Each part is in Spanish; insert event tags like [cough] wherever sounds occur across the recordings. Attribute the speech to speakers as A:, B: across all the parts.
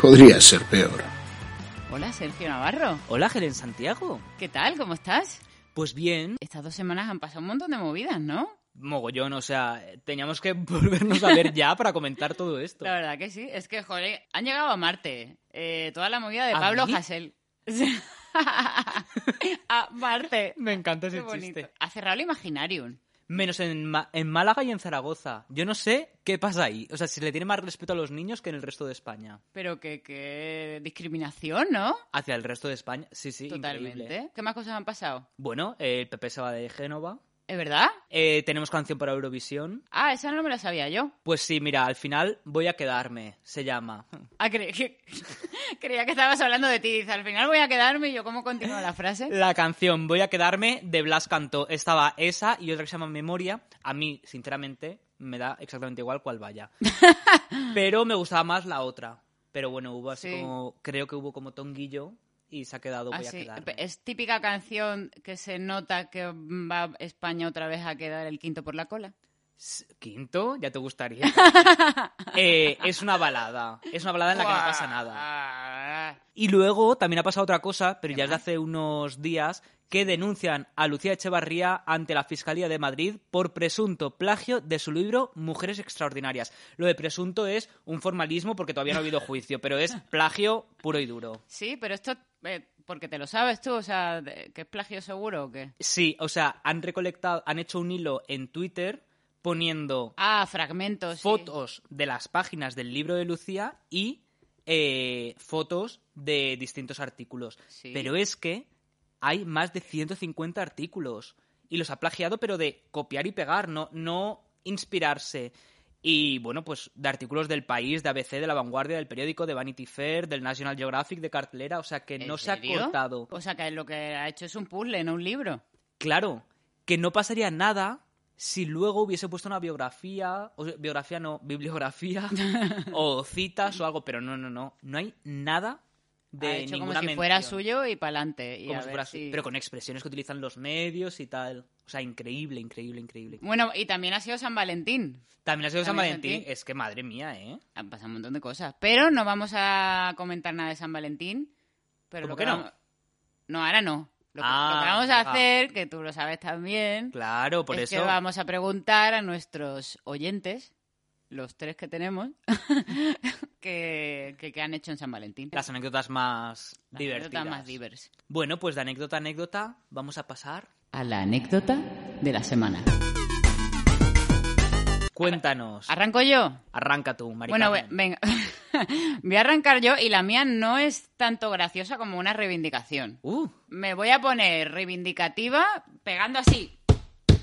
A: Podría ser peor.
B: Hola, Sergio Navarro.
C: Hola, Helen Santiago.
B: ¿Qué tal? ¿Cómo estás?
C: Pues bien,
B: Estas dos semanas han pasado un montón de movidas, ¿no?
C: mogollón, o sea, teníamos que [laughs] volvernos a ver ya para comentar todo esto.
B: La verdad que sí. Es que, joder, han llegado a Marte. Eh, toda la movida de
C: ¿A
B: Pablo
C: mí?
B: Hassel. [laughs] a Marte.
C: Me encanta
B: Qué
C: ese
B: bonito.
C: chiste.
B: Ha cerrado el Imaginarium.
C: Menos en, Ma- en Málaga y en Zaragoza. Yo no sé qué pasa ahí. O sea, si le tiene más respeto a los niños que en el resto de España.
B: Pero que, que discriminación, ¿no?
C: Hacia el resto de España, sí, sí.
B: Totalmente.
C: increíble.
B: ¿Qué más cosas han pasado?
C: Bueno, eh, el PP se va de Génova.
B: ¿Es verdad?
C: Eh, tenemos canción para Eurovisión.
B: Ah, esa no me la sabía yo.
C: Pues sí, mira, al final voy a quedarme. Se llama.
B: Ah, cre- [laughs] que- creía que estabas hablando de ti. Dice, al final voy a quedarme y yo, ¿cómo continúa la frase?
C: La canción Voy a quedarme de Blas Cantó. Estaba esa y otra que se llama Memoria. A mí, sinceramente, me da exactamente igual cuál vaya. Pero me gustaba más la otra. Pero bueno, hubo así
B: Sí. Ah,
C: como. Creo que hubo como tonguillo y se ha quedado Voy a
B: Así,
C: quedarme.
B: es típica canción que se nota que va España otra vez a quedar el quinto por la cola.
C: S- Quinto, ya te gustaría. Eh, es una balada. Es una balada en la que no pasa nada.
B: nada.
C: Y luego también ha pasado otra cosa, pero
B: ¿Qué
C: ya es de
B: más?
C: hace unos días, que denuncian a Lucía Echevarría ante la Fiscalía de Madrid por presunto plagio de su libro Mujeres Extraordinarias. Lo de presunto es un formalismo porque todavía no
B: [laughs]
C: ha habido juicio, pero es plagio puro y duro.
B: Sí, pero esto, eh, porque te lo sabes tú, o sea, de- que es plagio seguro o qué.
C: Sí, o sea, han recolectado, han hecho un hilo en Twitter poniendo
B: Ah, fragmentos. sí.
C: fotos de las páginas del libro de Lucía y eh, fotos de distintos artículos.
B: Sí.
C: Pero es que hay más de 150 artículos y los ha plagiado, pero de copiar y pegar, no, no inspirarse. Y bueno, pues de artículos del país, de ABC, de La Vanguardia, del periódico, de Vanity Fair, del National Geographic, de cartelera, o sea que
B: ¿En
C: no se
B: serio?
C: ha cortado.
B: O sea, que lo que ha hecho es un puzzle, no un libro.
C: Claro, que no pasaría nada si luego hubiese puesto una biografía, o sea, biografía no,
B: [laughs]
C: bibliografía, o citas o algo, pero no, no, no, no hay nada de
B: ha hecho como
C: ninguna
B: si fuera
C: mención.
B: suyo y para adelante.
C: Como si fuera suyo, pero con expresiones que utilizan los medios y tal. O sea, increíble, increíble, increíble.
B: Bueno, y también ha sido San Valentín.
C: También ha sido San
B: También
C: Valentín,
B: Valentín.
C: es que madre mía, ¿eh?
B: Han pasado un montón de cosas. Pero no vamos a comentar nada de San Valentín. Pero
C: ¿Cómo
B: lo
C: que no?
B: vamos- No, ahora no. Lo que,
C: Ah,
B: lo que vamos a
C: ah.
B: hacer, que tú lo sabes también,
C: Claro, por
B: es
C: eso.
B: que vamos a preguntar a nuestros oyentes, los tres que tenemos, [laughs] que, que- que han hecho en San Valentín.
C: Las anécdotas más
B: Las anécdotas
C: divertidas.
B: más divers.
C: Bueno, pues de anécdota a anécdota, vamos a pasar.
B: A la anécdota de la semana.
C: Cuéntanos.
B: ¿Arranco yo?
C: Arranca tú, Mari
B: Bueno,
C: Carmen.
B: ve- venga. [laughs] Voy a arrancar yo y la mía no es tanto graciosa como una reivindicación.
C: Uh,
B: Me voy a poner reivindicativa pegando así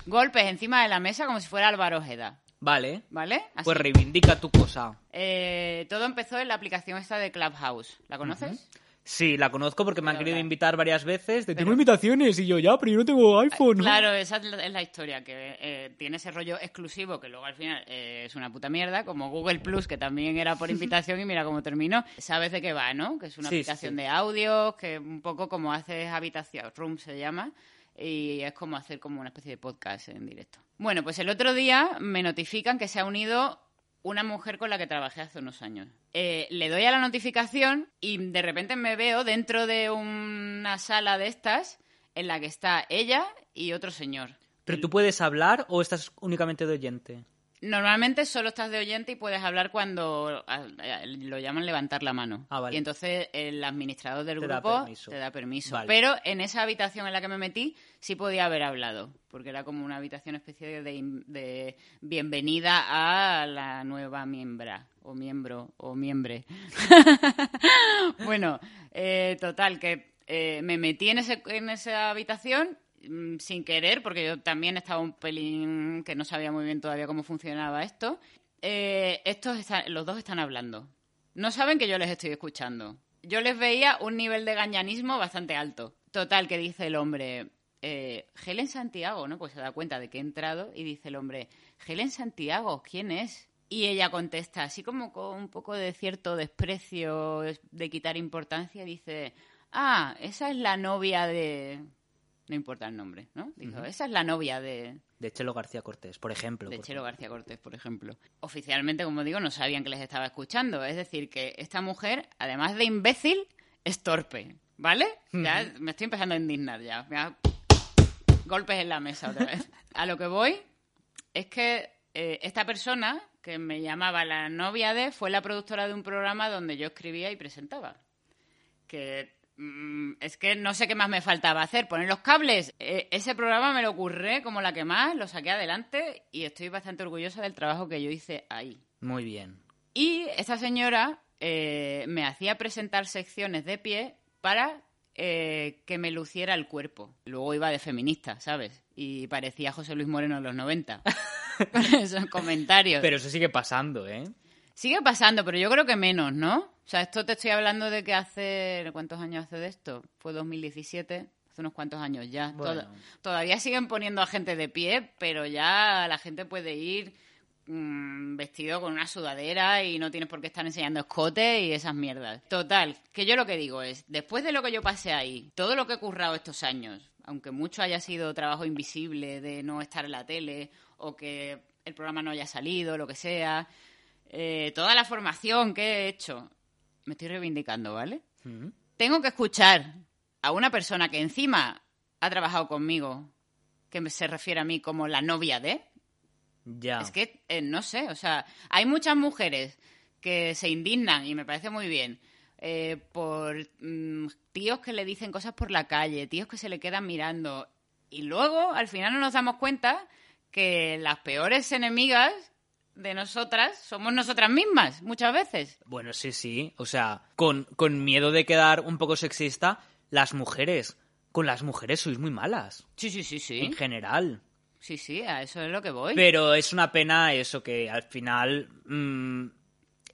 B: golpes encima de la mesa como si fuera Álvaro Ojeda,
C: vale.
B: ¿vale? Así.
C: Pues reivindica tu cosa.
B: Eh, todo empezó en la aplicación esta de Clubhouse. ¿La conoces?
C: Sí, la conozco porque me han
B: Pero
C: querido
B: la-
C: invitar varias veces. De,
B: Pero-
C: Tengo invitaciones y yo ya, pero yo no tengo iPhone. ¿no?".
B: Claro, esa es la, es la historia, que eh, tiene ese rollo exclusivo que luego al final eh, es una puta mierda, como Google Plus, que también era por invitación y mira cómo terminó. Sabes de qué va, ¿no? Que es una
C: Sí, sí,
B: aplicación
C: sí.
B: de audio, que un poco como haces habitación, room se llama, y es como hacer como una especie de podcast en directo. Bueno, pues el otro día me notifican que se ha unido una mujer con la que trabajé hace unos años. Eh, le doy a la notificación y de repente me veo dentro de una sala de estas en la que está ella y otro señor.
C: Pero tú puedes hablar o estás únicamente de oyente.
B: Normalmente solo estás de oyente y puedes hablar cuando ah, eh, lo llaman levantar la mano.
C: Ah, vale.
B: Y entonces el administrador del
C: Te da
B: grupo
C: permiso.
B: te da permiso.
C: Vale.
B: Pero en esa habitación en la que me metí sí podía haber hablado, porque era como una habitación especie de, in- de bienvenida a la nueva miembra o miembro o miembre. [laughs] bueno, eh, total, que eh, me metí en, ese, en esa habitación mm, sin querer, porque yo también estaba un pelín que no sabía muy bien todavía cómo funcionaba esto. Eh, estos están- los dos están hablando. No saben que yo les estoy escuchando. Yo les veía un nivel de gañanismo bastante alto. Total, que dice el hombre, eh, Helen Santiago, ¿no? Pues se da cuenta de que he entrado y dice el hombre, Helen Santiago, ¿quién es? Y ella contesta, así como con un poco de cierto desprecio, es- de quitar importancia, dice, ah, esa es la novia de... no importa el nombre, ¿no? Dijo, esa es la novia de,
C: De Chelo García Cortés, por ejemplo.
B: de
C: por-
B: Chelo García Cortés, por ejemplo. Oficialmente, como digo, no sabían que les estaba escuchando. Es decir, que esta mujer, además de imbécil, es torpe, ¿vale? Ya me estoy empezando a indignar ya. Me da golpes en la mesa otra vez. A lo que voy es que eh, esta persona que me llamaba la novia de fue la productora de un programa donde yo escribía y presentaba. Que mm, es que no sé qué más me faltaba hacer, poner los cables. Eh, ese programa me lo curré como la que más, lo saqué adelante y estoy bastante orgullosa del trabajo que yo hice ahí.
C: Muy bien.
B: Y esta señora eh, me hacía presentar secciones de pie para eh, que me luciera el cuerpo. Luego iba de feminista, ¿sabes? Y parecía José Luis Moreno en los 90. Con [laughs] esos comentarios.
C: Pero eso sigue pasando, ¿eh?
B: Sigue pasando, pero yo creo que menos, ¿no? O sea, esto te estoy hablando de que hace... ¿Cuántos años hace de esto? Fue 2017, hace unos cuantos años ya.
C: Bueno.
B: Toda- todavía siguen poniendo a gente de pie, pero ya la gente puede ir mm, vestido con una sudadera y no tienes por qué estar enseñando escote y esas mierdas. Total, que yo lo que digo es, después de lo que yo pasé ahí, todo lo que he currado estos años, aunque mucho haya sido trabajo invisible de no estar en la tele o que el programa no haya salido, lo que sea, eh, toda la formación que he hecho, me estoy reivindicando, ¿vale?
C: Mm.
B: Tengo que escuchar a una persona que encima ha trabajado conmigo, que me- se refiere a mí como la novia de.
C: Ya.
B: Es que, eh, no sé, o sea, hay muchas mujeres que se indignan, y me parece muy bien, eh, por mm, tíos que le dicen cosas por la calle, tíos que se le quedan mirando, y luego al final no nos damos cuenta que las peores enemigas de nosotras somos nosotras mismas, muchas veces.
C: Bueno, sí, sí. O sea, con, con miedo de quedar un poco sexista, las mujeres, con las mujeres sois muy malas,
B: Sí, sí, sí, sí.
C: en general.
B: Sí, sí, a eso es lo que voy.
C: Pero es una pena eso que al final mm,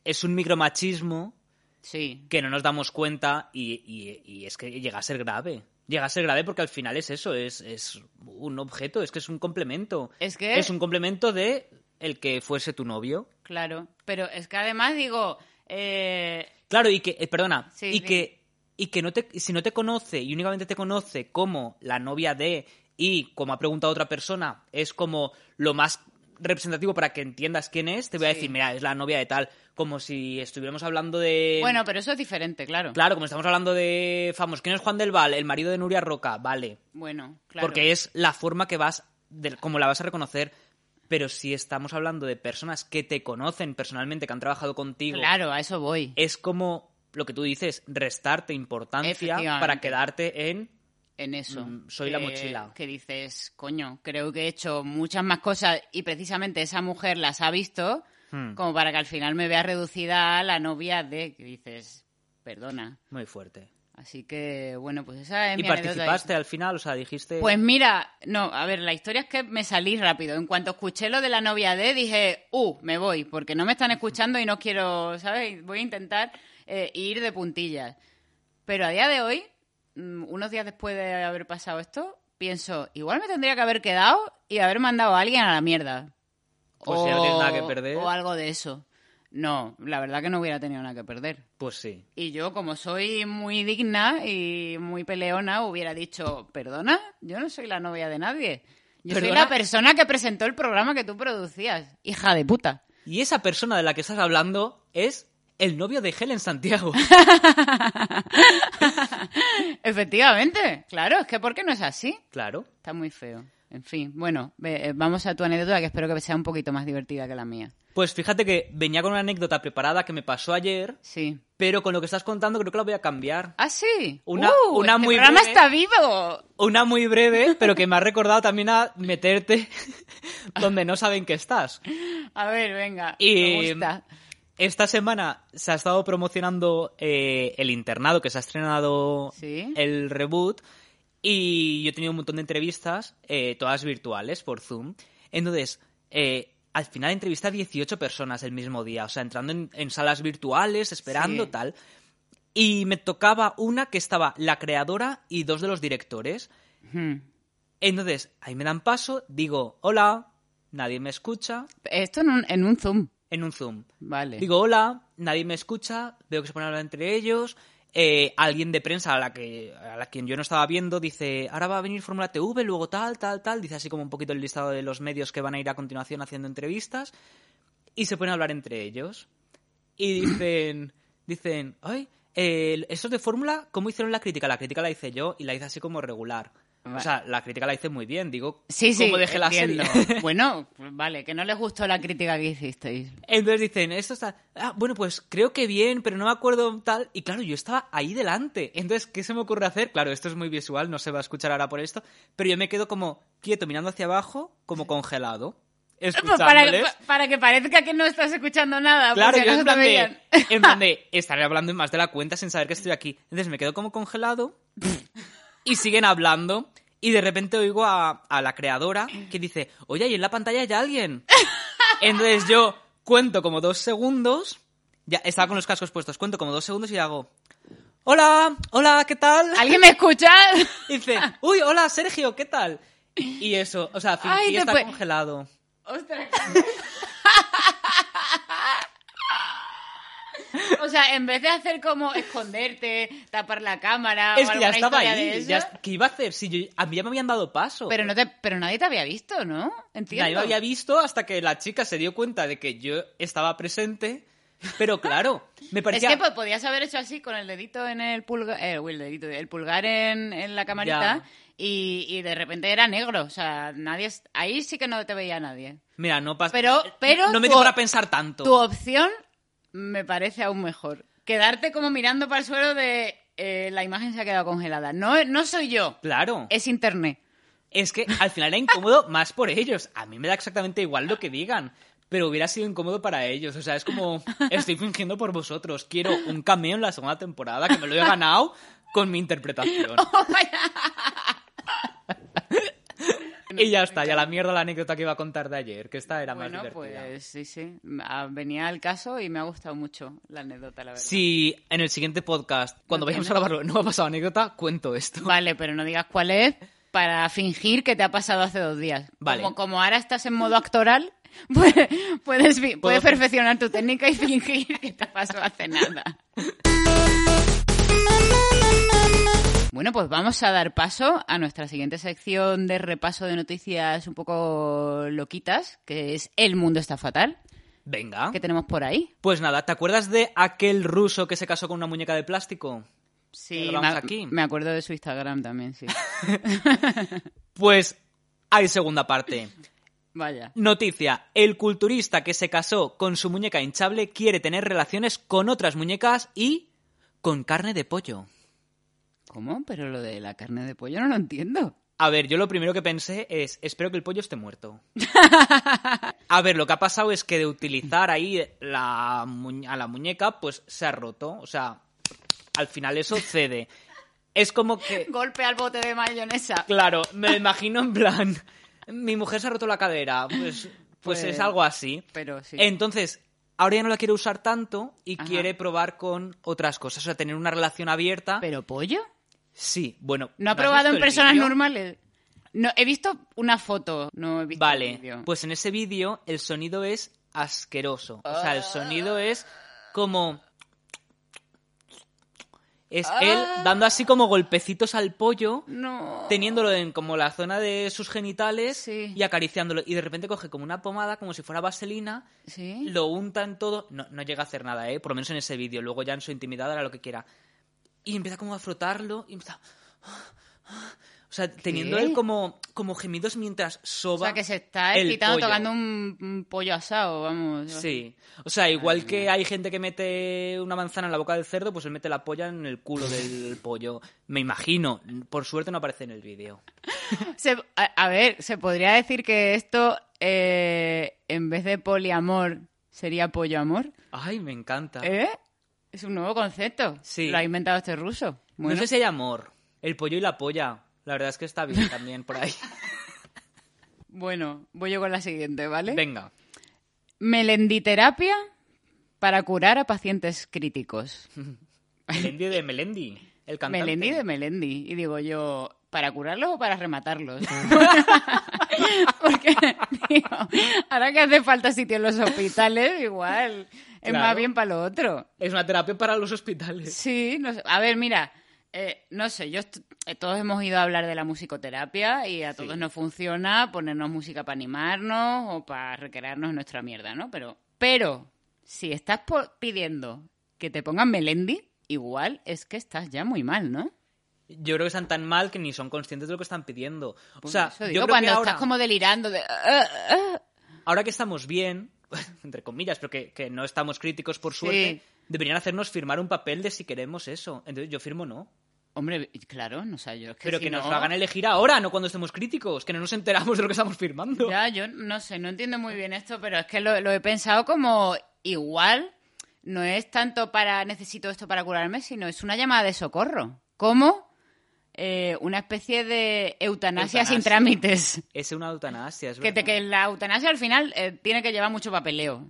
C: es un micromachismo
B: Sí,
C: que no nos damos cuenta y, y- y es que llega a ser grave. Llega a ser grave porque al final es eso, es, es un objeto, es que es un complemento.
B: Es que-
C: Es un complemento de el que fuese tu novio.
B: claro. Pero es que además digo, eh,
C: Claro, y que, eh, perdona,
B: Sí,
C: y
B: dime.
C: que, y que no te, y si no te conoce y únicamente te conoce como la novia de, y como ha preguntado otra persona, es como lo más representativo para que entiendas quién es, te voy a
B: Sí.
C: decir, mira, es la novia de tal, como si estuviéramos hablando de...
B: bueno, pero eso es diferente, claro.
C: Claro, como estamos hablando de famosos, ¿quién es Juan del Val? El marido de Nuria Roca, vale.
B: Bueno, claro.
C: Porque es la forma que vas, de- como la vas a reconocer. Pero si estamos hablando de personas que te conocen personalmente, que han trabajado contigo,
B: Claro, a eso voy.
C: es como lo que tú dices, restarte importancia
B: Efectivamente.
C: para quedarte en...
B: en eso.
C: Mm, soy la mochila.
B: Que dices, coño, creo que he hecho muchas más cosas y precisamente esa mujer las ha visto
C: Hmm,
B: como para que al final me vea reducida a la novia de que dices, perdona.
C: muy fuerte.
B: Así que, bueno, pues esa es
C: ¿Y
B: mi anécdota.
C: participaste al final? O sea, dijiste...
B: Pues mira, no, a ver, la historia es que me salí rápido. En cuanto escuché lo de la novia de, dije, uh, me voy, porque no me están escuchando y no quiero, ¿sabes? Voy a intentar eh, ir de puntillas. Pero a día de hoy, mm, unos días después de haber pasado esto, pienso, igual me tendría que haber quedado y haber mandado a alguien a la mierda.
C: Pues si no tienes nada que perder.
B: O algo de eso. No, la verdad que no hubiera tenido nada que perder.
C: Pues sí.
B: Y yo, como soy muy digna y muy peleona, hubiera dicho, perdona, yo no soy la novia de nadie. Yo soy
C: ¿Perdona?
B: la persona que presentó el programa que tú producías, hija de puta.
C: Y esa persona de la que estás hablando es el novio de
B: [laughs]
C: Helen Santiago.
B: Efectivamente, claro, es que ¿por qué no es así?
C: claro.
B: Está muy feo. En fin, bueno, ve- eh, vamos a tu anécdota que espero que sea un poquito más divertida que la mía.
C: Pues fíjate que venía con una anécdota preparada que me pasó ayer,
B: Sí.
C: pero con lo que estás contando creo que la voy a cambiar.
B: Ah, sí.
C: Una-
B: ¡Uh!
C: una
B: este
C: muy
B: programa
C: breve.
B: está vivo.
C: Una muy breve, pero que me ha recordado también a meterte [laughs] donde no saben que estás.
B: A ver, venga.
C: Y-
B: Me gusta.
C: Esta semana se ha estado promocionando eh, el internado, que se ha estrenado
B: Sí.
C: el reboot, y yo he tenido un montón de entrevistas, eh, todas virtuales, por Zoom. Entonces, eh, al final entrevisté a 18 personas el mismo día, o sea, entrando en, en salas virtuales, esperando,
B: Sí.
C: tal. Y me tocaba una que estaba la creadora y dos de los directores.
B: Hmm.
C: Entonces, ahí me dan paso, digo, hola, nadie me escucha,
B: Esto en un, en un Zoom.
C: en un Zoom.
B: Vale.
C: Digo, hola, nadie me escucha, veo que se ponen a hablar entre ellos, eh, alguien de prensa a la que a la quien yo no estaba viendo dice ahora va a venir Fórmula TV luego tal tal tal dice así como un poquito el listado de los medios que van a ir a continuación haciendo entrevistas y se ponen a hablar entre ellos
B: [clears throat]
C: y dicen dicen ay eh, esos de Fórmula cómo hicieron la crítica la crítica la hice yo y la hice así como regular
B: Vale.
C: o sea la crítica la hice muy bien digo
B: Sí, sí.
C: cómo dejé la
B: entiendo.
C: serie [laughs]
B: Bueno, pues vale, que no les gustó la crítica que hicisteis.
C: Entonces dicen, esto está. Ah, bueno, pues creo que bien, pero no me acuerdo tal. Y claro, yo estaba ahí delante. Entonces, ¿qué se me ocurre hacer? Claro, esto es muy visual, no se va a escuchar ahora por esto. Pero yo me quedo como quieto, mirando hacia abajo, como congelado.
B: [laughs] Pues para,
C: Escuchándoles.
B: pa- para que parezca que no estás escuchando nada. Ah, por
C: Claro,
B: si
C: yo en
B: acaso
C: plan,
B: te
C: de,
B: veían.
C: en
B: [laughs]
C: plan de estaré hablando más de la cuenta sin saber que estoy aquí. Entonces me quedo como congelado y siguen hablando. Y de repente oigo a, a la creadora que dice, oye, ahí en la pantalla
B: [laughs]
C: hay alguien. Entonces yo cuento como dos segundos, ya estaba con los cascos puestos, cuento como dos segundos y hago, hola, hola, ¿qué tal?
B: ¿Alguien me
C: [laughs]
B: escucha?
C: Y dice, uy, hola, Sergio, ¿qué tal? Y eso, o sea,
B: Ay,
C: fingí
B: te
C: estar
B: pue-
C: congelado. [laughs]
B: Ostras. O sea, en vez de hacer como esconderte, tapar la cámara,
C: Es
B: o
C: que ya
B: alguna
C: estaba
B: Ah, historia de
C: ahí.
B: esas,
C: ya est- ¿Qué iba a hacer? Si yo- a mí ya me habían dado paso.
B: pero no te, pero nadie te había visto, ¿no? Entiendo.
C: Nadie lo había visto hasta que la chica se dio cuenta de que yo estaba presente.
B: [laughs]
C: Pero claro, me parecía.
B: Es que pues, podías haber hecho así con el dedito en el pulgar, el dedito, el pulgar en, en la camarita
C: Ya.
B: y, y de repente era negro, o sea, nadie es- ahí sí que no te veía nadie.
C: Mira, no pasa.
B: Pero- pero
C: eh, no me
B: tu-
C: dio para pensar tanto.
B: Tu opción me parece aún mejor. Quedarte como mirando para el suelo de eh, la imagen se ha quedado congelada. No, no soy yo,
C: Claro. Es...
B: es
C: [laughs]
B: internet.
C: que al final era incómodo más por ellos. A mí me da exactamente igual lo que digan. Pero hubiera sido incómodo para ellos. O sea, es como. Estoy fingiendo por vosotros. Quiero un cameo en la segunda temporada que me lo he ganado con
B: [laughs]
C: mi interpretación. y ya está, ya la mierda la anécdota que iba a contar de ayer, que esta era
B: bueno,
C: más divertida.
B: pues sí, sí. Ah, Venía al caso y me ha gustado mucho la anécdota, la verdad.
C: Si en el siguiente podcast, cuando
B: No
C: vayamos a
B: tiene.
C: grabarlo, no me ha pasado anécdota, cuento esto.
B: [laughs] Vale, pero no digas cuál es para fingir que te ha pasado hace dos días.
C: Vale.
B: Como, como ahora estás en modo actoral, [laughs] pues, puedes, fi- puedes
C: Puedo-
B: perfeccionar tu técnica y [laughs] fingir que te pasó hace nada. Bueno, pues vamos a dar paso a nuestra siguiente sección de repaso de noticias un poco loquitas, que es El mundo está fatal.
C: Venga.
B: ¿Qué tenemos por ahí?
C: Pues nada, ¿te acuerdas de aquel ruso que se casó con una muñeca de plástico?
B: Sí,
C: Lo
B: me,
C: vamos aquí.
B: me acuerdo de su Instagram también, sí.
C: Pues hay segunda parte.
B: Vaya.
C: Noticia, el culturista que se casó con su muñeca hinchable quiere tener relaciones con otras muñecas y con carne de pollo.
B: ¿Cómo? Pero lo de la carne de pollo no lo entiendo.
C: A ver, yo lo primero que pensé es, espero que el pollo
B: [laughs]
C: esté muerto. A ver, lo que ha pasado es que de utilizar ahí la mu- a la muñeca, pues se ha roto. O sea, al final eso cede. Es como que,
B: Golpe al bote de mayonesa.
C: claro, me imagino en plan, mi mujer se ha roto la cadera, pues, pues,
B: Pues-
C: es algo así.
B: Pero sí.
C: Entonces, ahora ya no la quiere usar tanto y
B: Ajá.
C: quiere probar con otras cosas, o sea, tener una relación abierta.
B: ¿Pero pollo?
C: Sí, bueno.
B: ¿No ha
C: has
B: probado
C: visto
B: en
C: el
B: personas
C: vídeo?
B: normales? No, he visto una foto, no he visto un
C: Vale,
B: vídeo.
C: pues en ese vídeo el sonido es asqueroso. O sea, el sonido es como... Es él
B: Ah.
C: dando así como golpecitos al pollo,
B: No.
C: teniéndolo en como la zona de sus genitales
B: Sí.
C: y acariciándolo. Y de repente coge como una pomada, como si fuera vaselina,
B: ¿Sí?
C: lo unta en todo. No, no llega a hacer nada, ¿eh? Por lo menos en ese vídeo. Luego ya en su intimidad hará lo que quiera. Y empieza como a frotarlo y empieza... [gasps] O sea, teniendo él como, como gemidos mientras soba.
B: O sea, que se está
C: el
B: excitando
C: pollo.
B: tocando un, un pollo asado, vamos.
C: Sí. O sea, igual
B: Ah.
C: que hay gente que mete una manzana en la boca del cerdo, pues él mete la polla en el culo
B: [laughs]
C: del pollo. Me imagino. Por suerte no aparece en el vídeo.
B: Se- a, a ver, se podría decir que esto, eh, en vez de poliamor, sería pollo amor.
C: Ay, me encanta.
B: ¿Eh? Es un nuevo concepto.
C: Ah. Sí.
B: Lo ha inventado este ruso. Bueno,
C: No sé si hay amor. El pollo y la polla. La verdad es que está
B: [laughs]
C: bien también por ahí.
B: bueno, voy yo con la siguiente, ¿vale?
C: Venga.
B: Melenditerapia para curar a pacientes críticos.
C: Melendi de Melendi. El cantante.
B: Melendi de Melendi. Y digo yo, ¿para curarlos o para
C: [laughs]
B: rematarlos? Porque, digo, ahora que hace falta sitio en los hospitales, igual. Es
C: Claro.
B: más bien para lo otro.
C: Es una terapia para los hospitales.
B: Sí, no sé. A ver, mira, eh, no sé, yo est- eh, todos hemos ido a hablar de la musicoterapia y a todos
C: Sí.
B: nos funciona ponernos música para animarnos o para recrearnos en nuestra mierda, ¿no? Pero, pero, si estás por- pidiendo que te pongan Melendi, igual es que estás ya muy mal, ¿no?
C: Yo creo que están tan mal que ni son conscientes de lo que están pidiendo. o
B: Por
C: sea,
B: Pues eso
C: yo
B: digo,
C: creo
B: cuando
C: que
B: estás
C: ahora,
B: como delirando de... "Ah, ah".
C: ahora que estamos bien, [laughs] entre comillas, pero que, que no estamos críticos por suerte, deberían hacernos firmar un papel de si queremos eso. Entonces yo firmo no.
B: Hombre, claro, no sé, yo es que
C: pero
B: si
C: que nos
B: no-
C: lo hagan elegir ahora, no cuando estemos críticos, que no nos enteramos de lo que estamos [laughs] firmando.
B: Ya, yo no sé, no entiendo muy bien esto, pero es que lo, lo he pensado como igual no es tanto para necesito esto para curarme, sino es una llamada de socorro. Como eh, una especie de eutanasia, sin
C: Eutanasia.
B: trámites.
C: Es una eutanasia, es
B: Que, te-
C: verdad.
B: que la eutanasia al final eh, tiene que llevar mucho papeleo.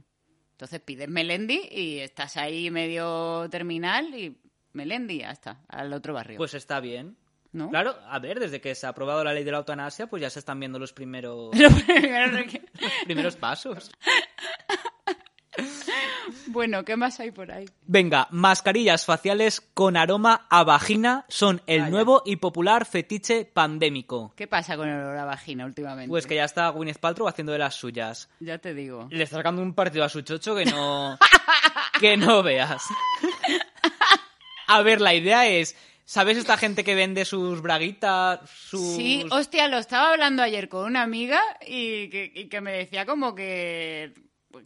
B: Entonces pides Melendi y estás ahí medio terminal y Melendi hasta al otro barrio.
C: Pues está bien.
B: ¿no?
C: Claro, a ver, desde que se ha aprobado la ley de la eutanasia, pues ya se están viendo
B: [laughs]
C: los primeros,
B: [laughs] Pero primero que-
C: primeros pasos.
B: bueno, ¿qué más hay por ahí?
C: Venga, mascarillas faciales con aroma a vagina son el
B: Vaya.
C: nuevo y popular fetiche pandémico.
B: ¿Qué pasa con el olor a vagina últimamente?
C: Pues que ya está Gwyneth Paltrow haciendo de las suyas.
B: Ya te digo.
C: Le está sacando un partido a su chocho
B: [laughs]
C: que no... que no veas. A ver, la idea es... ¿Sabes esta gente que vende sus braguitas, sus...
B: Sí, hostia, lo estaba hablando ayer con una amiga y que, y que me decía como que,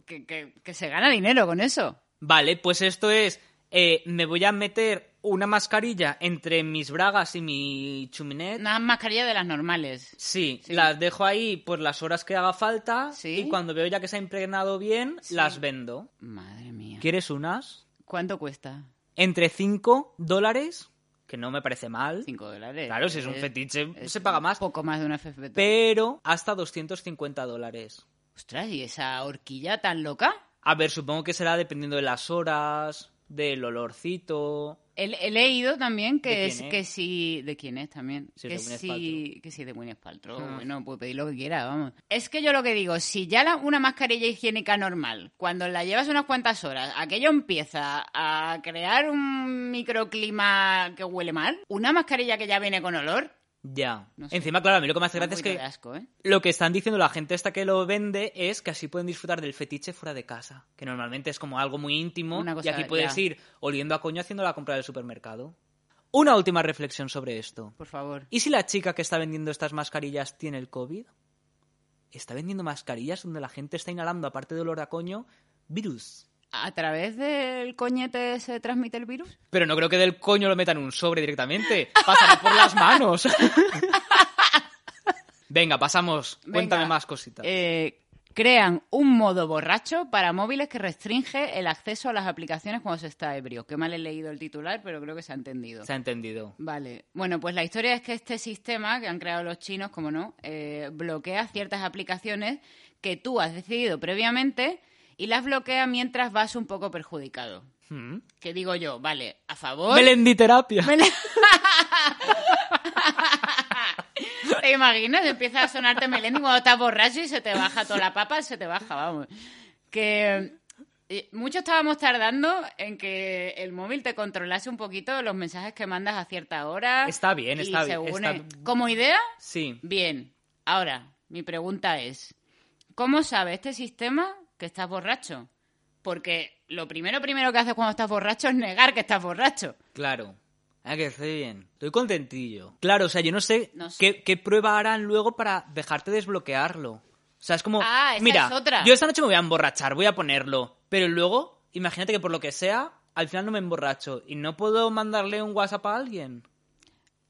B: que, que- que se gana dinero con eso.
C: Vale, pues esto es, eh, me voy a meter una mascarilla entre mis bragas y mi chuminet.
B: Una mascarilla de las normales.
C: Sí,
B: Sí.
C: las dejo ahí por las horas que haga falta
B: Sí.
C: y cuando veo ya que se ha impregnado bien,
B: Sí.
C: las vendo.
B: Madre mía.
C: ¿Quieres unas?
B: ¿Cuánto cuesta?
C: Entre 5 dólares, que no me parece mal.
B: Cinco dólares.
C: Claro, si es un
B: Eh,
C: fetiche
B: es
C: se paga más,
B: Poco más de una FFP.
C: pero hasta 250 dólares.
B: Ostras, ¿y esa horquilla tan loca?
C: A ver, supongo que será dependiendo de las horas, del olorcito.
B: He, he leído también
C: ¿De
B: que es
C: quién es?
B: que si de quién es también
C: Si
B: que
C: es de Gwyneth
B: si que si de Gwyneth Paltrow
C: Ah.
B: bueno puede pedir lo que quiera vamos es que yo lo que digo si ya la- una mascarilla higiénica normal cuando la llevas unas cuantas horas aquello empieza a crear un microclima que huele mal una mascarilla que ya viene con olor
C: Ya.
B: No sé.
C: Encima, claro, a mí lo que me hace
B: da un
C: gracia es
B: poquito
C: que
B: de asco, ¿eh?
C: Lo que están diciendo la gente esta que lo vende es que así pueden disfrutar del fetiche fuera de casa, que normalmente es como algo muy íntimo
B: Una cosa,
C: y aquí puedes
B: ya.
C: ir oliendo a coño haciendo la compra del supermercado. Una última reflexión sobre esto.
B: por favor
C: ¿Y si la chica que está vendiendo estas mascarillas tiene el COVID? Está vendiendo mascarillas donde la gente está inhalando, aparte de olor a coño, virus.
B: a través del coñete se transmite el virus
C: Pero no creo que del coño lo metan en un sobre directamente. Pasará por
B: [laughs]
C: las manos. Venga, pasamos.
B: Venga.
C: Cuéntame más cositas.
B: Eh, crean un modo borracho para móviles que restringe el acceso a las aplicaciones cuando se está ebrio. Que mal he leído el titular, pero creo que se ha entendido.
C: Se ha entendido.
B: Vale. Bueno, pues la historia es que este sistema que han creado los chinos, como no, eh, bloquea ciertas aplicaciones que tú has decidido previamente y las bloquea mientras vas un poco perjudicado.
C: Hmm.
B: Que digo yo, vale, a favor.
C: Melenditerapia.
B: ¿Te imaginas? Empieza a sonarte Melendi cuando estás borracho y se te baja toda la papa, se te baja, vamos. Que eh, mucho estábamos tardando en que el móvil te controlase un poquito los mensajes que mandas a cierta hora.
C: Está bien,
B: y
C: está bien,
B: según
C: está-
B: es- Como idea,
C: Sí.
B: bien. Ahora, mi pregunta es, ¿cómo sabe este sistema que estás borracho? Porque lo primero, primero que haces cuando estás borracho es negar que estás borracho.
C: Claro. Ah, que estoy bien. Estoy contentillo. Claro, o sea, yo no sé,
B: No sé.
C: Qué, qué prueba harán luego para dejarte desbloquearlo. O sea, es como...
B: Ah, esa
C: mira,
B: es otra.
C: yo esta noche me voy a emborrachar, voy a ponerlo. Pero luego, imagínate que por lo que sea, al final no me emborracho. Y no puedo mandarle un WhatsApp a alguien.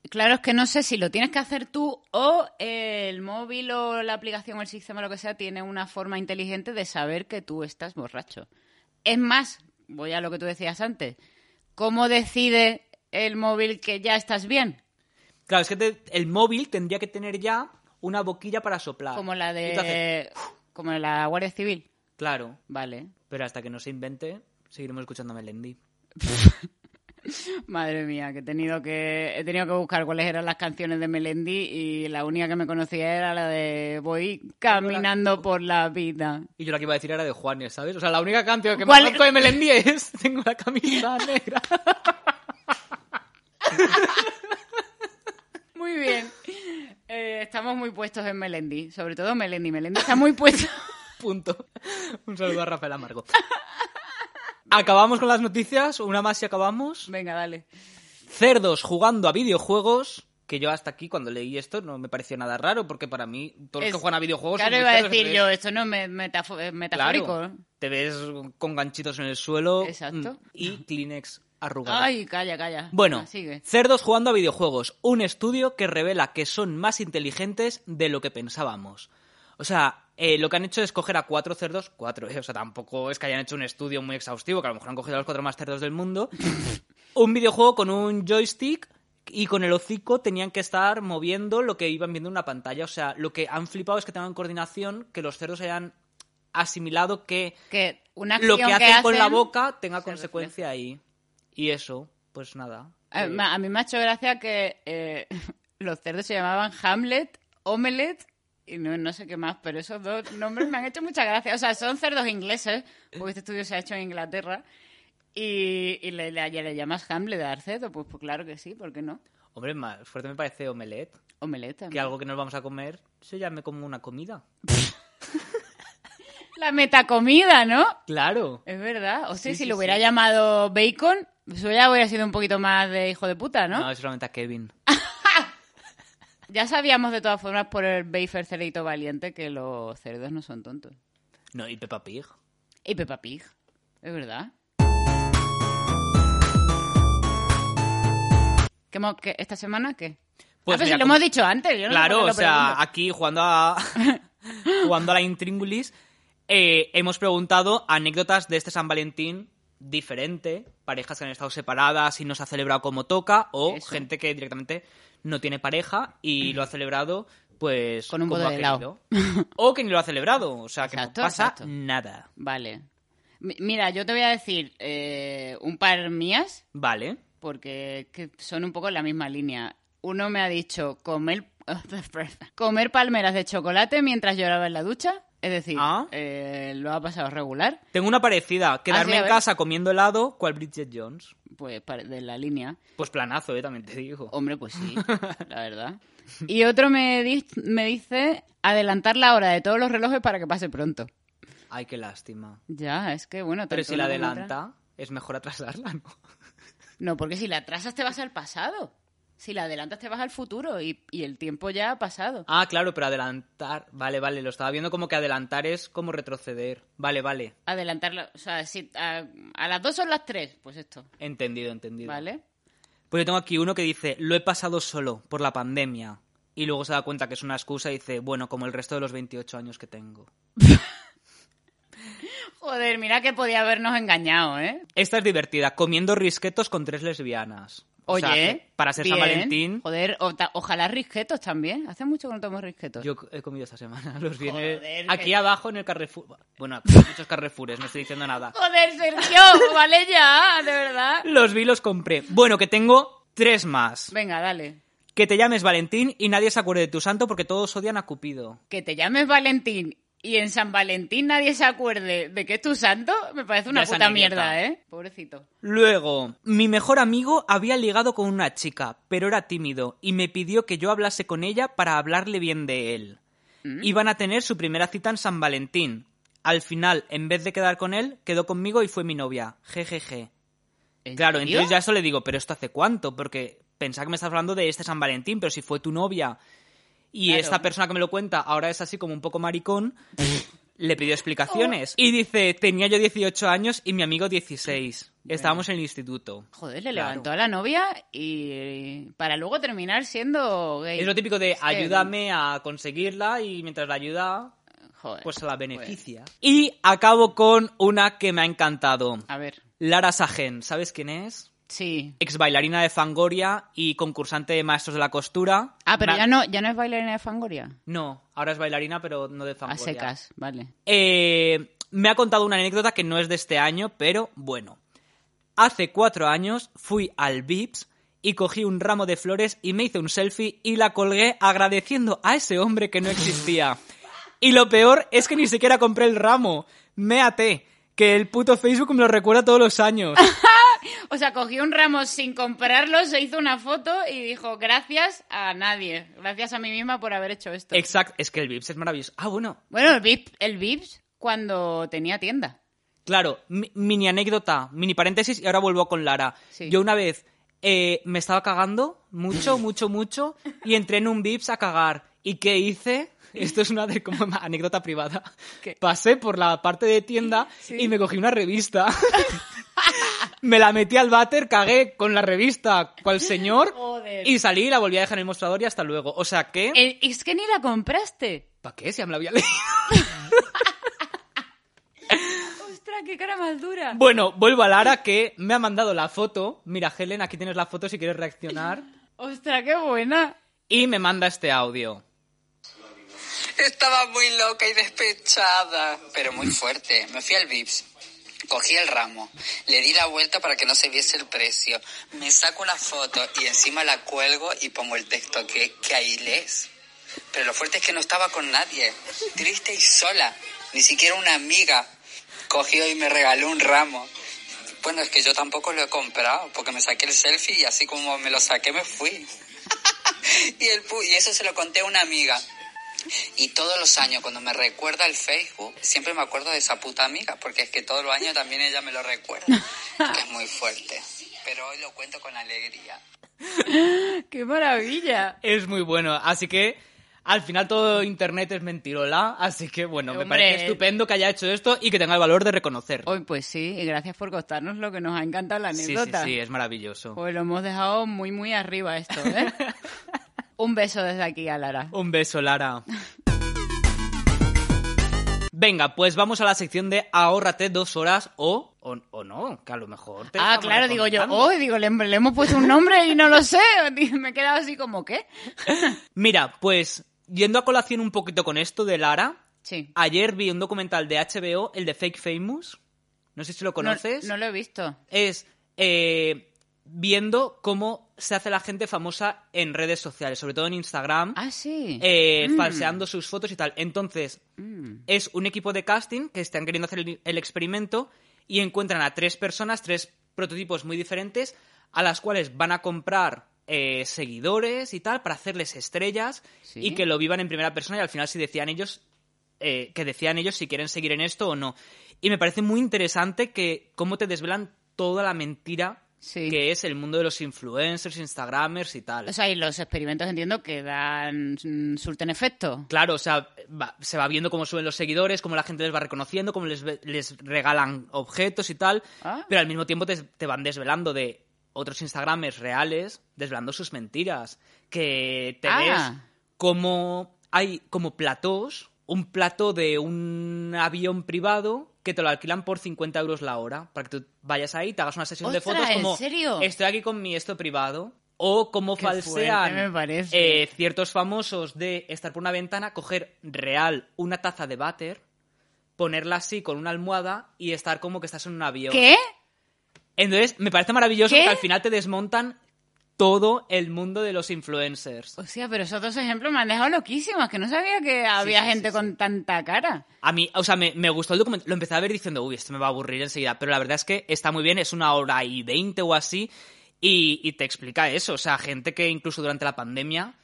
B: Claro, es que no sé si lo tienes que hacer tú o eh, el móvil o la aplicación o el sistema, lo que sea, tiene una forma inteligente de saber que tú estás borracho. Es más, voy a lo que tú decías antes, ¿cómo decide el móvil que ya estás bien?
C: Claro, es que te- el móvil tendría que tener ya una boquilla para soplar.
B: Como la
C: Y tú haces-
B: de... Como la Guardia Civil.
C: Claro,
B: Vale.
C: pero hasta que no se invente, seguiremos escuchando a Melendi.
B: Madre mía, que he tenido que he tenido que buscar cuáles eran las canciones de Melendi y la única que me conocía era la de Voy caminando por la vida.
C: Y yo la que iba a decir era de Juanes, ¿sabes? O sea, la única canción que me
B: ¿Cuál?
C: conozco de Melendi es [laughs] Tengo la camisa negra. [laughs]
B: Muy bien. Eh, estamos muy puestos en Melendi, sobre todo Melendi. Melendi está muy puesto.
C: Punto. Un saludo a Rafael Amargo. Acabamos con las noticias, una más y
B: [laughs]
C: acabamos.
B: Venga, dale.
C: Cerdos jugando a videojuegos, que yo hasta aquí cuando leí esto no me pareció nada raro, porque para mí todos los que
B: Es-
C: juegan a videojuegos... son
B: Claro,
C: muy
B: iba a
C: cerdos,
B: decir
C: entonces-
B: yo, esto no es me- metafo- es metafórico.
C: Claro, te ves con ganchitos en el suelo
B: Exacto.
C: mm, y Kleenex arrugado.
B: Ay, calla, calla.
C: Bueno,
B: Venga, Ah, sigue.
C: cerdos jugando a videojuegos, un estudio que revela que son más inteligentes de lo que pensábamos. O sea, eh, lo que han hecho es coger a cuatro cerdos, cuatro, eh, o sea, tampoco es que hayan hecho un estudio muy exhaustivo, que a lo mejor han cogido a los cuatro más cerdos del
B: [laughs]
C: mundo, un videojuego con un joystick y con el hocico tenían que estar moviendo lo que iban viendo en una pantalla. O sea, lo que han flipado es que tengan coordinación, que los cerdos hayan asimilado que
B: Que una
C: lo
B: acción
C: que hacen, con la
B: hacen-
C: boca tenga
B: se
C: consecuencia ahí. Y eso, pues nada.
B: A,
C: Eh,
B: ma- a mí me ha hecho gracia que eh, [laughs] los cerdos se llamaban Hamlet, Omelette y no, no sé qué más, pero esos dos nombres me han hecho mucha gracia. O sea, son cerdos ingleses, porque este estudio se ha hecho en Inglaterra. Y, y le, le- le llamas Hamlet al cerdo, pues, pues claro que sí, ¿por qué no?
C: Hombre, más fuerte me parece omelette.
B: Omelette.
C: Que
B: también.
C: algo que nos vamos a comer se llame como una comida.
B: La metacomida, ¿no?
C: Claro.
B: Es verdad. O sea,
C: Sí,
B: si
C: sí,
B: lo hubiera
C: sí.
B: llamado bacon, eso ya hubiera sido un poquito más de hijo de puta, ¿no?
C: No, es solamente a Kevin.
B: Ya sabíamos de todas formas por el Bafer Cerdito Valiente que los cerdos no son tontos.
C: No, y Peppa Pig.
B: Y Peppa Pig, es verdad. ¿Qué hemos- qué- ¿Esta semana qué?
C: Pues
B: ah, pero
C: mira,
B: si lo
C: como-
B: hemos dicho antes. Yo no sé por
C: Claro,
B: qué
C: o
B: lo
C: sea,
B: pregunto.
C: aquí jugando
B: [laughs]
C: a, jugando a la intríngulis, eh, hemos preguntado anécdotas de este San Valentín diferente, parejas que han estado separadas y no se ha celebrado como toca, o
B: Eso.
C: gente que directamente no tiene pareja y lo ha celebrado pues
B: Con un
C: como
B: bote
C: ha
B: de helado.
C: querido. o que ni lo ha celebrado, o sea, que
B: Exacto,
C: no pasa
B: exacto.
C: nada.
B: Vale. Mi- Mira, yo te voy a decir eh, un par mías,
C: Vale.
B: porque que son un poco en la misma línea. Uno me ha dicho comer, [laughs] Oh, comer palmeras de chocolate mientras lloraba en la ducha. Es decir,
C: Ah.
B: eh, lo ha pasado regular.
C: Tengo una parecida,
B: Ah,
C: quedarme
B: a
C: en
B: ver.
C: casa comiendo helado, cual Bridget Jones.
B: Pues pare- de la línea.
C: Pues planazo, eh, también te digo.
B: Hombre, pues
C: [laughs]
B: sí, la verdad. Y otro me, di- me dice adelantar la hora de todos los relojes para que pase pronto.
C: Ay, qué lástima.
B: Ya, es que bueno,
C: Pero
B: tanto
C: si la
B: uno como
C: adelanta, es mejor atrasarla, ¿no?
B: otra- No, porque si la atrasas te vas al pasado. Si la adelantas te vas al futuro y, y el tiempo ya ha pasado.
C: Ah, claro, pero adelantar. Vale, vale, lo estaba viendo como que adelantar es como retroceder. Vale, vale.
B: Adelantarla, o sea, si a, a las dos son las tres, pues esto,
C: Entendido, entendido.
B: ¿vale?
C: Pues yo tengo aquí uno que dice, lo he pasado solo por la pandemia. Y luego se da cuenta que es una excusa y dice, bueno, como el resto de los 28 años que tengo.
B: Joder, mira que podía habernos engañado, ¿eh?
C: Esta es divertida, comiendo risquetos con tres lesbianas. O
B: Oye,
C: sea, que para ser San
B: bien.
C: Valentín,
B: Joder, o ta- ojalá risquetos también. Hace mucho que no tomo risquetos.
C: yo he comido esta semana. [laughs] Los viene
B: Joder,
C: aquí
B: que-
C: abajo en el Carrefour. Bueno, aquí hay muchos Carrefours, no estoy diciendo nada.
B: Joder, Sergio, pues vale ya, de verdad.
C: Los vi, los compré. Bueno, que tengo tres más.
B: Venga, dale.
C: Que te llames Valentín y nadie se acuerde de tu santo porque todos odian a Cupido.
B: Que te llames Valentín y en San Valentín nadie se acuerde de que es tu santo, me parece una
C: Ya es
B: puta
C: anécdota.
B: mierda, ¿eh? Pobrecito.
C: Luego, mi mejor amigo había ligado con una chica, pero era tímido y me pidió que yo hablase con ella para hablarle bien de él.
B: Mm.
C: Iban a tener su primera cita en San Valentín. Al final, en vez de quedar con él, quedó conmigo y fue mi novia. Jejeje.
B: ¿En
C: Claro,
B: serio?
C: entonces ya eso le digo, pero esto hace cuánto, porque pensaba que me estás hablando de este San Valentín, pero si fue tu novia y
B: Claro.
C: esta persona que me lo cuenta ahora es así como un
B: [laughs]
C: poco maricón, le pidió
B: Oh.
C: explicaciones. Y dice, tenía yo 18 años y mi amigo 16. Estábamos en el instituto.
B: Joder, le
C: Claro.
B: levantó a la novia y para luego terminar siendo gay.
C: Es lo típico de
B: que-
C: ayúdame a conseguirla y mientras la ayuda,
B: Joder.
C: pues se la beneficia. Y acabo con una que me ha encantado.
B: A ver,
C: Lara Sagen, ¿sabes quién es?
B: sí.
C: Ex bailarina de Fangoria y concursante de Maestros de la Costura.
B: Ah, pero
C: Ma-
B: ya no, ya no es bailarina de Fangoria.
C: No, ahora es bailarina, pero no de
B: A
C: fangoria.
B: secas, vale.
C: Eh, me ha contado una anécdota que no es de este año, pero bueno. Hace cuatro años fui al Vips y cogí un ramo de flores y me hice un selfie y la colgué agradeciendo a ese hombre que no existía. Y lo peor es que ni siquiera compré el ramo. Me até. Que el puto Facebook me lo recuerda todos
B: [laughs]
C: los años.
B: O sea, cogió un ramo sin comprarlo, se hizo una foto y dijo gracias a nadie, gracias a mí misma por haber hecho esto.
C: Exacto, es que el Vips es maravilloso. Ah, bueno,
B: Bueno, el Vips, el Vips cuando tenía tienda.
C: Claro, mi- mini anécdota, mini paréntesis y ahora vuelvo con Lara.
B: Sí.
C: Yo una vez eh, me estaba cagando mucho, mucho, mucho y entré en un Vips a cagar. ¿Y qué hice?
B: [laughs]
C: Esto es una de- como anécdota privada.
B: ¿Qué?
C: Pasé por la parte de tienda
B: Sí.
C: y me cogí una revista. [laughs] me la metí al váter, cagué con la revista, cual señor,
B: Joder.
C: y salí, la volví a dejar en el mostrador y hasta luego. O sea que...
B: Eh, Es que ni la compraste.
C: ¿Para qué? Si ya me la había leído.
B: Ostras, qué cara más dura.
C: Bueno, vuelvo a Lara que me ha mandado la foto. Mira, Helen, aquí tienes la foto si quieres reaccionar.
B: Ostras, qué buena.
C: Y me manda este audio.
A: Estaba muy loca y despechada. Pero muy fuerte. Me fui al Vips. Cogí el ramo, le di la vuelta para que no se viese el precio, me saco una foto y encima la cuelgo y pongo el texto que, que ahí lees. Pero lo fuerte es que no estaba con nadie, triste y sola, ni siquiera una amiga. Cogió y me regaló un ramo. Bueno, es que yo tampoco lo he comprado porque me saqué el selfie y así como me lo saqué me fui. [laughs] y, el pu- y eso se lo conté a una amiga. Y todos los años, cuando me recuerda el Facebook, siempre me acuerdo de esa puta amiga, porque es que todos los años también ella me lo recuerda. que es muy fuerte. Pero hoy lo cuento con alegría.
B: Qué maravilla.
C: Es muy bueno, así que al final todo internet es mentirola, así que bueno, me
B: Hombre.
C: parece estupendo que haya hecho esto y que tenga el valor de reconocer.
B: Hoy pues sí, y gracias por contarnos lo que nos ha encantado la
C: Sí, sí,
B: anécdota.
C: sí, es maravilloso.
B: Pues lo hemos dejado muy, muy arriba esto,
C: [laughs]
B: ¿eh? Un beso desde aquí a Lara.
C: Un beso, Lara. Venga, pues vamos a la sección de ahórrate dos horas o, o, o no, que a lo mejor te
B: Ah,
C: estamos
B: claro, digo yo,
C: recomendando.
B: oh, digo, le, le hemos puesto un nombre y no lo sé. [laughs] Me he quedado así como, ¿qué?
C: Mira, pues yendo a colación un poquito con esto de Lara,
B: Sí.
C: ayer vi un documental de HBO, el de Fake Famous. No sé si lo conoces.
B: No, no lo he visto.
C: es eh, viendo cómo se hace la gente famosa en redes sociales, sobre todo en Instagram,
B: Ah, sí.
C: eh,
B: Mm.
C: falseando sus fotos y tal. Entonces,
B: Mm.
C: es un equipo de casting que están queriendo hacer el, el experimento y encuentran a tres personas, tres prototipos muy diferentes, a las cuales van a comprar eh, seguidores y tal para hacerles estrellas
B: Sí.
C: y que lo vivan en primera persona y al final si decían ellos eh, que decían ellos si quieren seguir en esto o no. Y me parece muy interesante que cómo te desvelan toda la mentira
B: Sí.
C: que es el mundo de los influencers, instagramers y tal.
B: O sea, y los experimentos entiendo que dan, mm, surten efecto.
C: Claro, o sea, va- se va viendo cómo suben los seguidores, cómo la gente les va reconociendo, cómo les, ve- les regalan objetos y tal,
B: Ah.
C: pero al mismo tiempo te, te van desvelando de otros Instagramers reales, desvelando sus mentiras, que te
B: Ah.
C: ves como hay como platós, un plató de un avión privado que te lo alquilan por 50 euros la hora, para que tú vayas ahí, te hagas una sesión
B: Ostras,
C: de fotos
B: ¿en
C: como
B: serio?
C: estoy aquí con mi esto privado. O cómo
B: Qué
C: falsean
B: fuerte, me parece.
C: eh, ciertos famosos de estar por una ventana, coger real una taza de váter, ponerla así con una almohada y estar como que estás en un avión.
B: ¿Qué?
C: Entonces, me parece maravilloso
B: ¿Qué?
C: que al final te desmontan todo el mundo de los influencers.
B: O sea, pero esos dos ejemplos me han dejado loquísimas, que no sabía que había
C: sí, sí,
B: gente
C: sí.
B: con tanta cara.
C: A mí, o sea, me, me gustó el documento. Lo empecé a ver diciendo, uy, esto me va a aburrir enseguida. Pero la verdad es que está muy bien, es una hora y veinte o así. Y, y te explica eso. O sea, gente que incluso durante la pandemia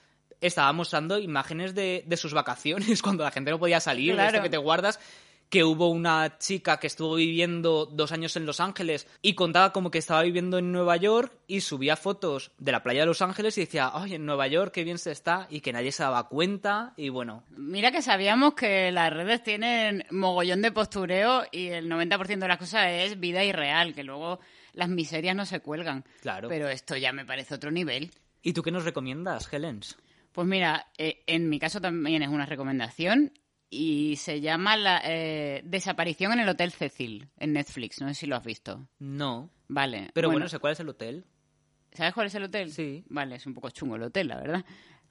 C: estaba mostrando imágenes de, de sus vacaciones [laughs] cuando la gente no podía salir, de esto
B: Claro.
C: que te guardas. Que hubo una chica que estuvo viviendo dos años en Los Ángeles y contaba como que estaba viviendo en Nueva York y subía fotos de la playa de Los Ángeles y decía, ay, en Nueva York qué bien se está y que nadie se daba cuenta. Y bueno,
B: Mira que sabíamos que las redes tienen mogollón de postureo y el 90% de las cosas es vida irreal, que luego las miserias no se cuelgan.
C: Claro.
B: Pero esto ya me parece otro nivel.
C: ¿Y tú qué nos recomiendas, Helens?
B: Pues mira, eh, en mi caso también es una recomendación y se llama la, eh, Desaparición en el Hotel Cecil en Netflix. No sé si lo has visto.
C: No.
B: Vale.
C: Pero bueno, sé cuál es el hotel.
B: ¿sabes cuál es el hotel?
C: Sí.
B: Vale, es un poco chungo el hotel, la verdad.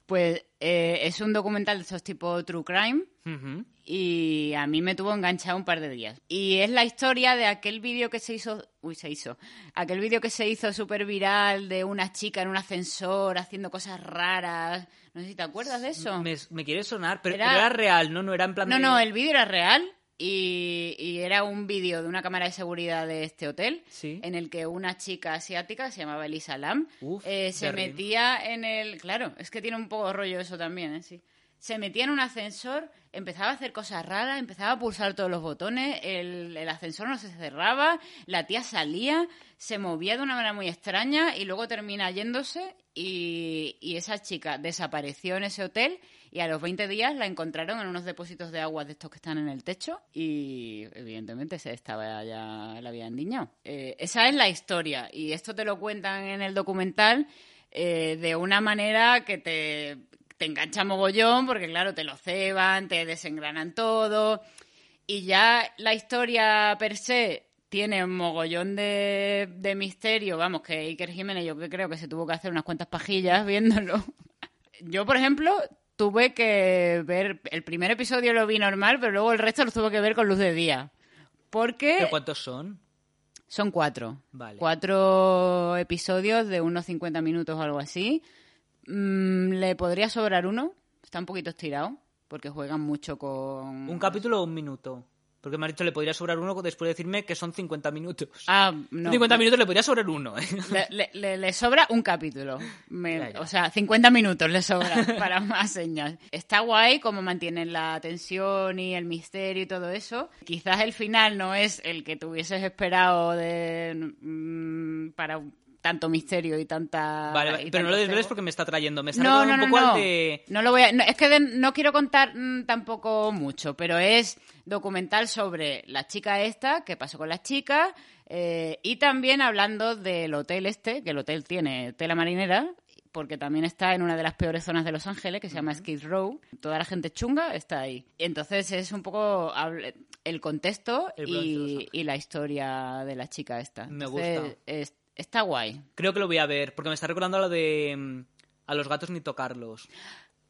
B: Pues eh, es un documental de esos tipo True Crime
C: Ujú.
B: y a mí me tuvo enganchado un par de días. Y es la historia de aquel vídeo que se hizo, uy, se hizo, aquel vídeo que se hizo súper viral de una chica en un ascensor haciendo cosas raras. No sé si te acuerdas de eso.
C: Me, me quiere sonar, pero pero
B: Era-
C: era... real, ¿no? No era en plan
B: No,
C: de-
B: no, el vídeo era real y, y era un vídeo de una cámara de seguridad de este hotel
C: Sí.
B: en el que una chica asiática, se llamaba Elisa Lam,
C: Uf,
B: eh, se
C: Berlín.
B: metía en el... Claro, es que tiene un poco rollo eso también, ¿eh? Sí. Se metía en un ascensor, empezaba a hacer cosas raras, empezaba a pulsar todos los botones, el, el ascensor no se cerraba, la tía salía, se movía de una manera muy extraña y luego termina yéndose y, y esa chica desapareció en ese hotel y a los 20 días la encontraron en unos depósitos de agua de estos que están en el techo y evidentemente se estaba ya la había endiñado. Eh, esa es la historia y esto te lo cuentan en el documental eh, de una manera que te, te engancha mogollón, porque claro, te lo ceban, te desengranan todo. Y ya la historia per se tiene un mogollón de, de misterio. Vamos, que Iker Jiménez yo que creo que se tuvo que hacer unas cuantas pajillas viéndolo. [laughs] Yo, por ejemplo, tuve que ver... El primer episodio lo vi normal, pero luego el resto lo tuve que ver con luz de día. Porque
C: ¿Pero cuántos son?
B: son cuatro.
C: Vale.
B: Cuatro episodios de unos 50 minutos o algo así. Mm, Le podría sobrar uno. Está un poquito estirado. Porque juegan mucho con.
C: ¿Un capítulo o un minuto? Porque me ha dicho le podría sobrar uno después de decirme que son 50 minutos.
B: Ah, no.
C: 50 minutos le podría sobrar uno, ¿eh?
B: Le, le- le- le sobra un capítulo. Me-
C: Ya, ya.
B: O sea, 50 minutos le
C: [laughs]
B: sobra para más señas. Está guay cómo mantienen la tensión y el misterio y todo eso. Quizás el final no es el que te hubieses esperado de, mm, para tanto misterio y tanta.
C: Vale,
B: Ah, y
C: vale, pero
B: tanto
C: no lo desveles
B: cebo.
C: porque me está trayendo. Me está
B: No, no,
C: recordando
B: no,
C: un poco
B: no.
C: al de...
B: No lo voy a- no, es que de- no quiero contar mm, tampoco mucho, pero es documental sobre la chica esta, qué pasó con las chicas, eh, y también hablando del hotel este, que el hotel tiene tela marinera, porque también está en una de las peores zonas de Los Ángeles, que se llama Skid Row. Toda la gente chunga está ahí. Y entonces es un poco hable- el contexto
C: El Bronx de Los
B: y,
C: Ángeles.
B: y la historia de la chica esta.
C: Me
B: Entonces,
C: gusta.
B: es- está guay.
C: Creo que lo voy a ver, porque me está recordando a lo de... mm, A los gatos ni tocarlos.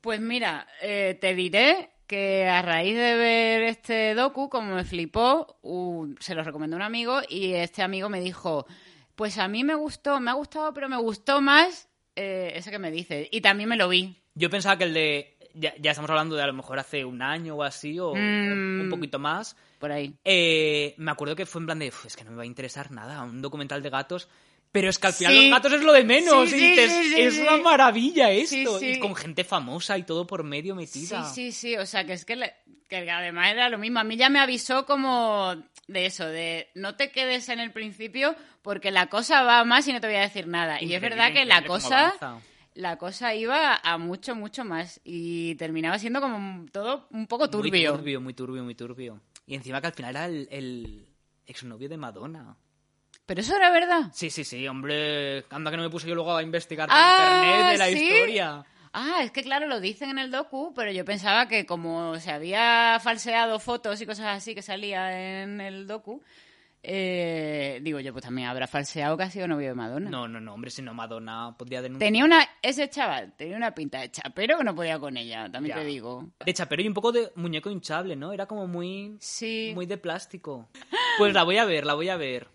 B: Pues mira, eh, te diré que a raíz de ver este docu, como me flipó, uh, se lo recomendó un amigo y este amigo me dijo, pues a mí me gustó, me ha gustado, pero me gustó más eh, ese que me dices. Y también me lo vi.
C: Yo pensaba que el de... Ya, ya estamos hablando de a lo mejor hace un año o así, o
B: Mm.
C: un poquito más.
B: Por ahí.
C: Eh, me acuerdo que fue en plan de, "Uf, es que no me va a interesar nada, un documental de gatos. Pero es que al final
B: Sí.
C: los gatos es lo de menos.
B: Sí,
C: y
B: sí,
C: dices,
B: sí, sí,
C: es
B: sí.
C: una maravilla
B: Sí,
C: esto.
B: sí.
C: Y con gente famosa y todo por medio metida.
B: Sí, sí, sí. O sea, que es que, le- que además era lo mismo. A mí ya me avisó como de eso, de no te quedes en el principio porque la cosa va a más y no te voy a decir nada. y es
C: Increíble,
B: verdad que la
C: increíble cómo
B: cosa,
C: avanza.
B: la cosa iba a mucho, mucho más y terminaba siendo como un- todo un poco turbio.
C: Muy turbio, muy turbio, muy turbio. Y encima que al final era el, el exnovio de Madonna.
B: Pero eso era verdad.
C: Sí, sí, sí, hombre. Anda que no me puse yo luego a investigar
B: Ah,
C: por internet de la
B: ¿sí?
C: historia.
B: Ah, es que claro, lo dicen en el docu, pero yo pensaba que como se había falseado fotos y cosas así que salía en el docu, eh, digo yo, pues también habrá falseado que ha sido novio de Madonna.
C: No, no, no, hombre, si no Madonna podría denunciar.
B: Tenía una, ese chaval tenía una pinta de chapero que no podía con ella, también
C: Ya.
B: te digo.
C: De chapero y un poco de muñeco hinchable, ¿no? Era como muy.
B: Sí,
C: Muy
B: [laughs]
C: de plástico. Pues la voy a ver, la voy a ver.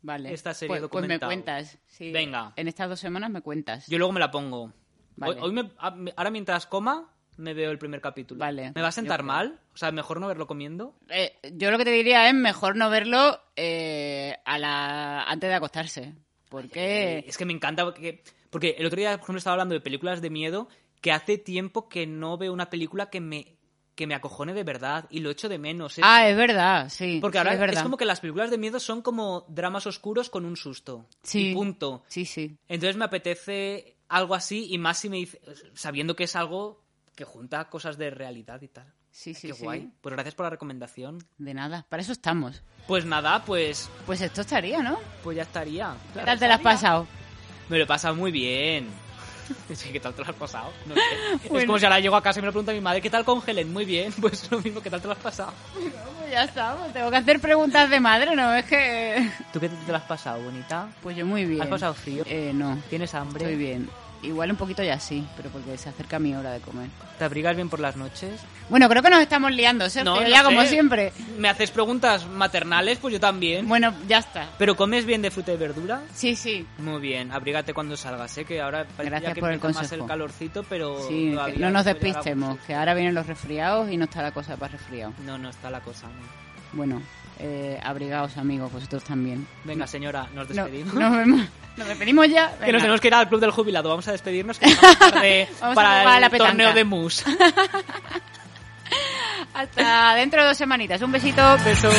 B: vale.
C: esta serie
B: pues, pues me
C: documental.
B: cuentas. sí.
C: Venga.
B: En estas dos semanas me cuentas.
C: Yo luego me la pongo.
B: Vale.
C: Hoy, hoy me- a- me- ahora mientras coma, me veo el primer capítulo.
B: Vale.
C: ¿Me va a sentar
B: Yo creo.
C: mal? O sea, mejor no verlo comiendo.
B: Eh, yo lo que te diría es mejor no verlo eh, a la, antes de acostarse. Porque...
C: Es que me encanta porque, porque el otro día, por ejemplo, estaba hablando de películas de miedo que hace tiempo que no veo una película que me, que me acojone de verdad y lo echo de menos. ¿eh?
B: Ah, es verdad, sí.
C: porque
B: sí,
C: ahora
B: es, verdad.
C: como que las películas de miedo son como dramas oscuros con un susto.
B: Sí.
C: Y punto.
B: Sí, sí.
C: Entonces me apetece algo así y más si me dice, sabiendo que es algo que junta cosas de realidad y tal.
B: Sí, sí,
C: Qué
B: sí.
C: guay. Pues gracias por la recomendación.
B: De nada, para eso estamos.
C: Pues nada, pues,
B: Pues esto estaría, ¿no?
C: pues ya estaría.
B: ¿Qué tal te lo has pasado?
C: Me lo he pasado muy bien. [laughs] Sí, ¿Qué tal te lo has pasado? No sé. Es
B: Bueno.
C: como si ahora llego a casa y me lo pregunta mi madre, ¿qué tal con Helen? Muy bien, [laughs] pues lo mismo, ¿qué tal te lo has pasado?
B: Pues ya está, pues tengo que hacer preguntas de madre, ¿no? Es que...
C: ¿Tú qué tal te lo has pasado, bonita?
B: Pues yo muy bien.
C: ¿Has pasado frío?
B: Eh, no,
C: ¿Tienes hambre?
B: estoy bien. Igual un poquito ya sí, pero porque se acerca mi hora de comer.
C: ¿Te abrigas bien por las noches?
B: Bueno, creo que nos estamos liando, Sergio,
C: lo
B: ya
C: sé.
B: como siempre.
C: ¿Me haces preguntas maternales? Pues yo también.
B: Bueno, ya está.
C: ¿Pero comes bien de fruta y verdura?
B: Sí, sí.
C: Muy bien, abrígate cuando salgas, ¿eh? que ahora parece
B: Gracias
C: ya que
B: por el
C: empieza más
B: consejo.
C: el calorcito, pero
B: Sí, que no
C: todavía
B: nos
C: puede llegar a
B: despistemos,
C: mucho.
B: que ahora vienen los resfriados y no está la cosa para resfriado.
C: No, no está la cosa. no.
B: Bueno, eh, abrigaos amigos, vosotros también.
C: Venga, señora, nos
B: No,
C: despedimos.
B: nos vemos. Nos despedimos ya.
C: [laughs] Que nos
B: Venga.
C: tenemos que ir al club del jubilado. Vamos a
B: [laughs]
C: despedirnos que llegamos tarde
B: Vamos a jugar
C: para
B: a la
C: el torneo
B: petanca.
C: de mus.
B: Hasta dentro de dos semanitas. Un besito.
C: Beso.